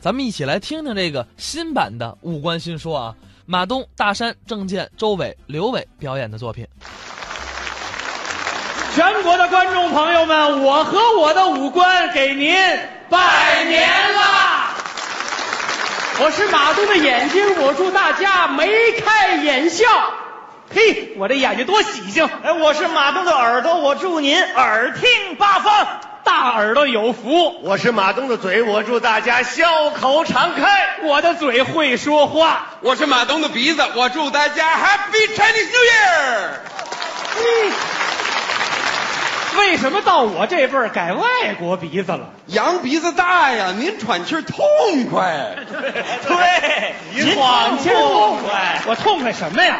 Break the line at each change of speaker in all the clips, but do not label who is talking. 咱们一起来听听这个新版的《五官新说》啊，马东、大山、郑健、周伟、刘伟表演的作品。
全国的观众朋友们，我和我的五官给您拜年啦！我是马东的眼睛，我祝大家眉开眼笑。嘿，我这眼睛多喜庆！
哎，我是马东的耳朵，我祝您耳听八方，
大耳朵有福。
我是马东的嘴，我祝大家笑口常开。
我的嘴会说话。
我是马东的鼻子，我祝大家 Happy Chinese New Year。
嗯
为什么到我这辈儿改外国鼻子了？
羊鼻子大呀，您喘气儿痛快。
对，
您
往
气儿痛快，我痛快什么呀？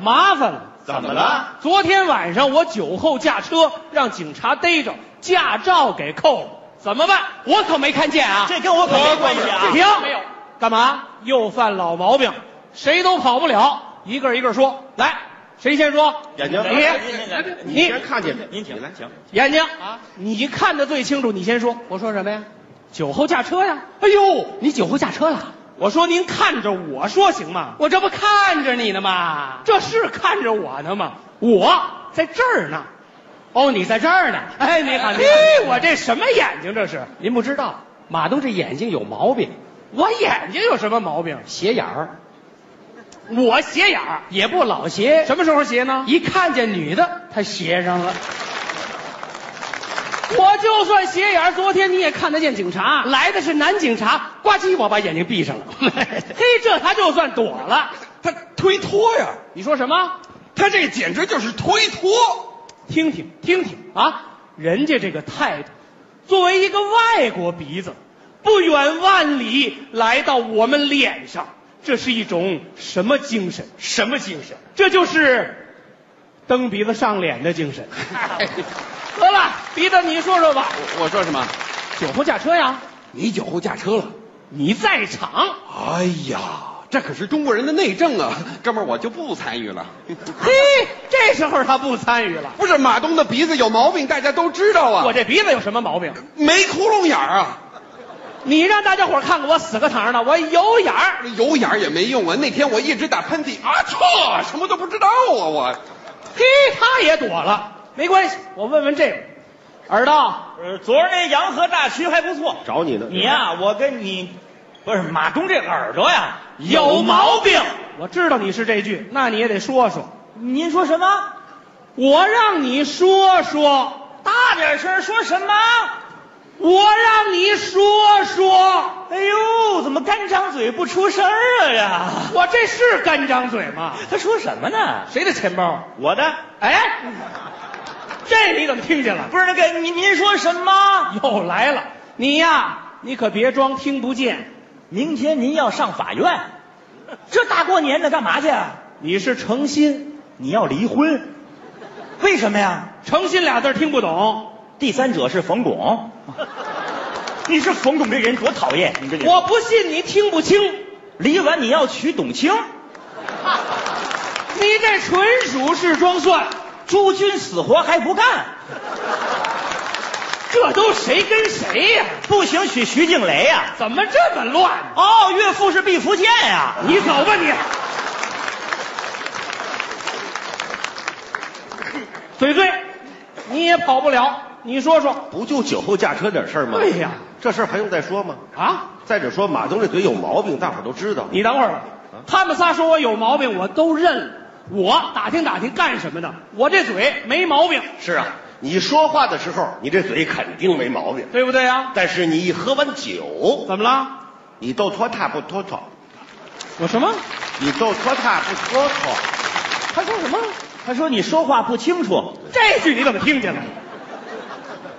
麻烦了。
怎么了？
昨天晚上我酒后驾车，让警察逮着，驾照给扣了，怎么办？我可没看见啊！
这跟我可没关系啊！
停，没有，干嘛？又犯老毛病，谁都跑不了，一个一个说，来，谁先说？
眼睛
你，
你
你
先看见没？您请，来，请。
眼睛啊，你看得最清楚，你先说。我说什么呀？酒后驾车呀！哎呦，你酒后驾车了？我说您看着我说行吗？我这不看着你呢吗？这是看着我呢吗？我在这儿呢。哦，你在这儿呢？哎，你好，你好。我这什么眼睛这是？您不知道，马东这眼睛有毛病。我眼睛有什么毛病？斜眼儿。我斜眼儿也不老斜，什么时候斜呢？一看见女的，他斜上了。我就算斜眼儿，昨天你也看得见警察，来的是男警察，呱唧，我把眼睛闭上 了。嘿，这他就算躲了。
他推脱呀，
你说什么？
他这简直就是推脱。
听听听听啊，人家这个态度，作为一个外国鼻子，不远万里来到我们脸上，这是一种什么精神？
什么精神？
这就是蹬鼻子上脸的精神。 得了，鼻子，你说说吧，
我我说什么？
酒后驾车呀？
你酒后驾车了？
你在场？
哎呀，这可是中国人的内政啊，哥们儿，我就不参与了。
嘿，这时候他不参与了。
不是马东的鼻子有毛病，大家都知道啊。
我这鼻子有什么毛病？
没窟窿眼儿啊，
你让大家伙儿看看我死个堂呢，我有眼儿。
有眼儿也没用啊。那天我一直打喷嚏，啊错，什么都不知道啊我。
嘿，他也躲了，没关系，我问问这位，耳朵，
呃，昨儿那洋河大曲还不错。
找你呢。
你呀、我跟你，不是马东这耳朵呀
有毛
病。
我知道你是这句，那你也得说说。
您说什么？
我让你说说，
大点声，说什么？
我让你说说，
哎呦，怎么干张嘴不出声儿啊呀？
我这是干张嘴 吗？
他说什么呢？
谁的钱包？啊
我的
哎，这你怎么听见了？
不是那个您您说什么？
又来了，你呀，你可别装听不见，
明天您要上法院，这大过年的干嘛去？
你是诚心，
你要离婚？为什么呀？
诚心俩字儿听不懂。
第三者是冯 巩。你是冯巩这人多讨厌！你这人，
我不信你听不清，你
离完你要娶董卿，
这纯属是装蒜，
朱军死活还不干，
这都谁跟谁呀、
不行娶徐静蕾啊呀、
怎么这么乱呢？
哦，岳父是毕福剑呀、
你走吧你。嘴醉，你也跑不了，你说说。
不就酒后驾车点事儿吗？
对呀
这事儿还用再说吗？
啊，
再者说，马东这嘴有毛病，大伙儿都知道。
你等会儿吧。他们仨说我有毛病，我都认了。我打听打听干什么呢？我这嘴没毛病，
是啊，你说话的时候，你这嘴肯定没毛病，
对不对啊？
但是你一喝完酒，
怎么了？
你都拖沓不拖沓，
我什么？
你都拖沓不拖沓。
他说什么？
他说你说话不清楚，
这句你怎么听见了？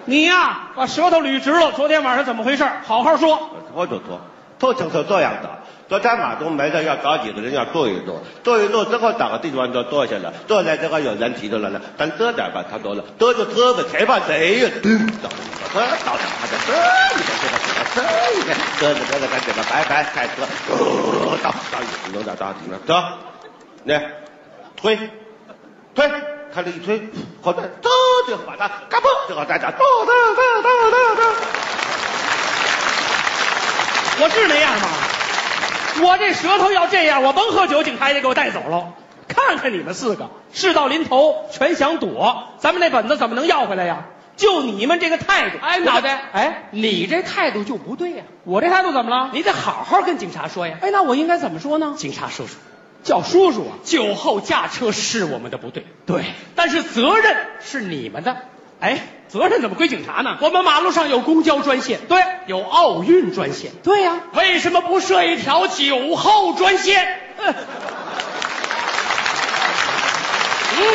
你呀、把舌头捋直了。昨天晚上怎么回事？好好说。
拖就拖，拖就是这样的。昨天马东没事要找几个人要坐一坐，坐一坐之后找个地方就坐下了，坐下之后有人提出来了，咱这点吧，他说了，这就这个，谁怕谁呀？真的，这到哪的？这一个这个这个这个这个这个这个拜拜开车，到到你能到到你能走，那推推。他这一推，好在走就把他嘎嘣，就好大家走走走走走走。
我是那样吗？我这舌头要这样，我甭喝酒，警察也得给我带走了。看看你们四个，事到临头全想躲，咱们那本子怎么能要回来呀？就你们这个态度，哎，脑袋，哎，你这态度就不对呀、我这态度怎么了？你得好好跟警察说呀。哎，那我应该怎么说呢？警察叔叔，叫叔叔啊。酒后驾车是我们的不对，对，但是责任是你们的。哎，责任怎么归警察呢？我们马路上有公交专线，对，有奥运专线，对呀、为什么不设一条酒后专线？嗯，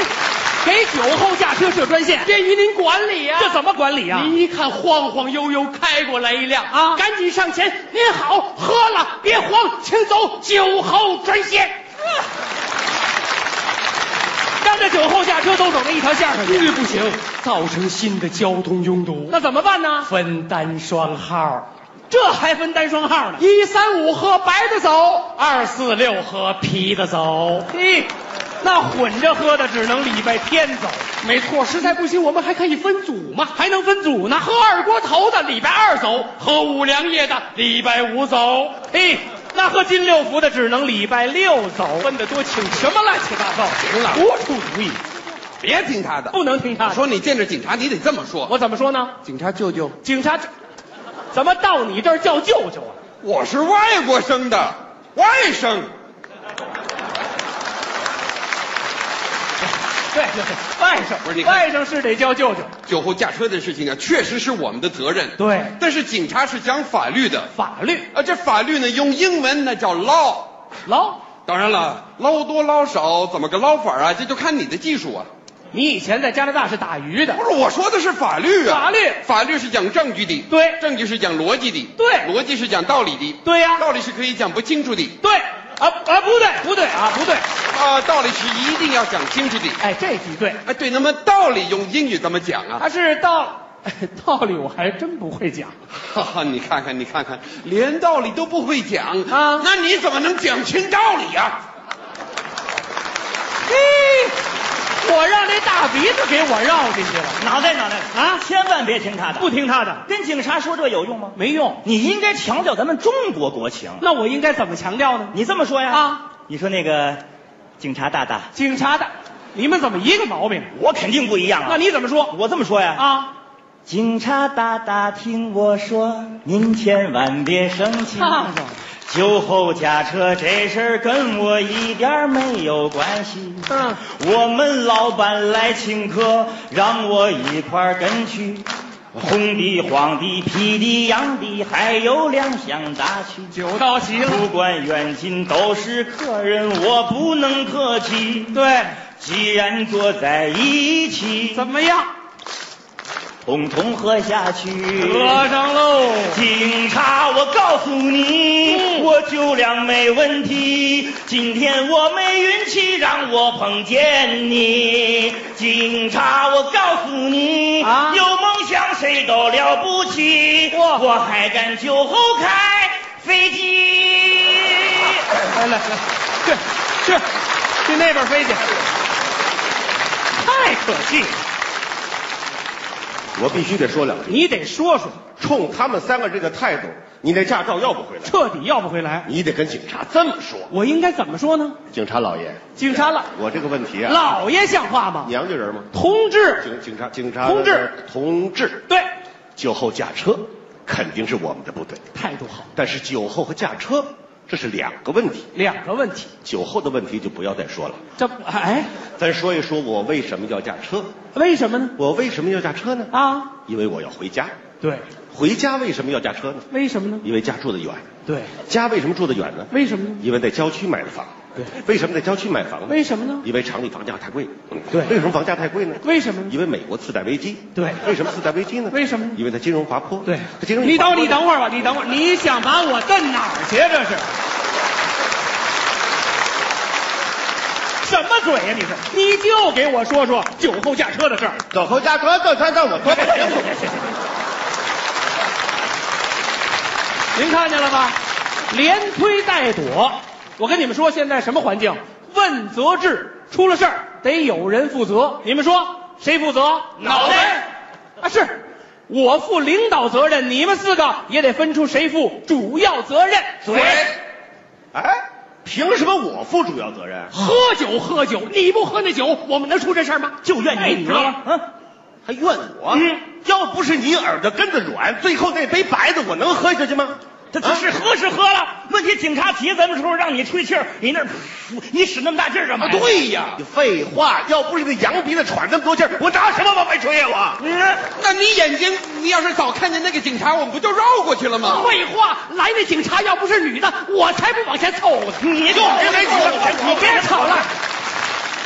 给酒后驾车设专线，便于您管理呀、这怎么管理呀、您一看晃晃悠悠开过来一辆啊，赶紧上前，您好，喝了别慌，请走酒后专线。干着酒后驾车都走那一条线上去，这不行，造成新的交通拥堵。那怎么办呢？分单双号。这还分单双号呢？一三五喝白的走，二四六喝啤的走。嘿，那混着喝的只能礼拜天走。没错，实在不行我们还可以分组嘛，还能分组呢。喝二锅头的礼拜二走，喝五粮液的礼拜五走。嘿。那喝金六福的只能礼拜六走，分得多请什么乱七八糟？行
了
不出主意，
别听他的。
不能听他的。
说你见着警察，你得这么说。
我怎么说呢？
警察舅舅，
警察这，怎么到你这儿叫舅舅啊？
我是外国生的，外生。
对对对，外甥
不是你看
外甥是得叫舅舅。
酒后驾车的事情啊，确实是我们的责任。
对
但是警察是讲法律的，
法律
啊，这法律呢，用英文那叫 law。
老，
当然了，捞多捞少，怎么个捞法啊？这就看你的技术啊。
你以前在加拿大是打鱼的
不，是我说的是法律啊，
法律
法律是讲证据的，
对
证据是讲逻辑的，
对
逻辑是讲道理的，
对呀
道理是可以讲不清楚的，
对啊啊，不对不对啊不对，
啊，道理是一定要讲清楚的，
哎，这题对，
哎，对，那么道理用英语怎么讲啊？
他是道 道理我还真不会讲，
哈哈，你看看，你看看，连道理都不会讲
啊
那你怎么能讲清道理啊？
嘿，我让这大鼻子给我绕进去了，
脑袋脑袋
啊
千万别听他的，
不听他的
跟警察说这有用吗？
没用，
你应该强调咱们中国国情。
那我应该怎么强调呢？
你这么说呀？
啊，
你说那个警察大大，
警察的，你们怎么一个毛病？
我肯定不一样啊。
那你怎么说
我这么说呀？，
啊？
警察大大，听我说，您千万别生气。
唱上
酒后驾车这事儿跟我一点儿没有关系。
嗯，
我们老板来请客，让我一块儿跟去。红的、黄的、啤的、洋的，还有两箱大曲。
酒到齐了，
不管远近都是客人，我不能客气。
对，
既然坐在一起，
怎么样？
统统喝下去。
喝上喽！
警察，我告诉你，
嗯
我酒量没问题。今天我没运气，让我碰见你。警察，我告诉你，
啊
有梦想谁都了不起。
哇
我还敢酒后开飞机。
来来来，去去去那边飞去，太可气了！
我必须得说两句，
你得说说，
冲他们三个这个态度，你那驾照要不回来，
彻底要不回来，
你得跟警察这么说。
我应该怎么说呢？
警察老爷，
警察老
我这个问题啊，
老爷像话吗？
娘家人吗？
同志，
警警察警察
同志
同志，
对，
酒后驾车肯定是我们的不对，
态度好。
但是酒后和驾车这是两个问题，
两个问题，
酒后的问题就不要再说了，
这哎，
咱说一说我为什么要驾车？
为什么呢？
我为什么要驾车呢？
啊，
因为我要回家。
对，
回家为什么要驾车呢？
为什么呢？
因为家住得远。
对，
家为什么住得远呢？
为什么呢？
因为在郊区买的房。
对。
为什么在郊区买房呢？
为什么呢
因为城里房价太贵。嗯
对
为什么房价太贵呢？
为什么呢？
因为美国次贷危机。
对
为什么次贷危机呢？
为什么呢
因为它金融滑坡。
对
它金融
你
一滑
等
坡
你等会儿吧，你等会儿，你想把我蹬哪儿去？这是什么嘴呀、你是，你就给我说说酒后驾车的事儿。
走回家，得得得得，我多 开心。
您看见了吧？连推带躲。我跟你们说，现在什么环境？问责制，出了事儿得有人负责。你们说谁负责？
脑袋
啊，是我负领导责任，你们四个也得分出谁负主要责任。
嘴，哎，凭什么我负主要责任？
喝酒喝酒，你不喝那酒，我们能出这事儿吗？
就怨
哎
你，你知道吗？？啊，
还怨我？
嗯
要不是你耳朵跟着软，最后那杯白的我能喝下去吗？啊
他只是喝是喝了，问题警察急咱们时候让你吹气儿，你那儿噗你使那么大劲儿干嘛
啊，
呀？
对呀，你废话，要不是那羊鼻子喘那么多气儿，我拿什么往外吹呀、我？
嗯，
那你眼睛，你要是早看见那个警察，我们不就绕过去了吗？
废话，来那警察要不是女的，我才不往前凑呢。
你就
别
别
吵了，你别吵了，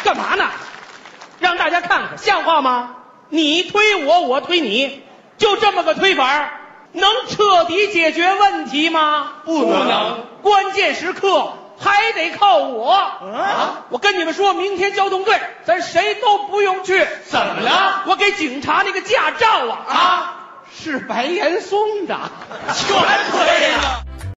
干嘛呢？让大家看看，像话吗？你推我，我推你，就这么个推法儿，能彻底解决问题吗？
不能
关键时刻还得靠我。啊！我跟你们说，明天交通队咱谁都不用去。怎么了？我给警察那个驾照啊啊，是白岩松的。
全可以了。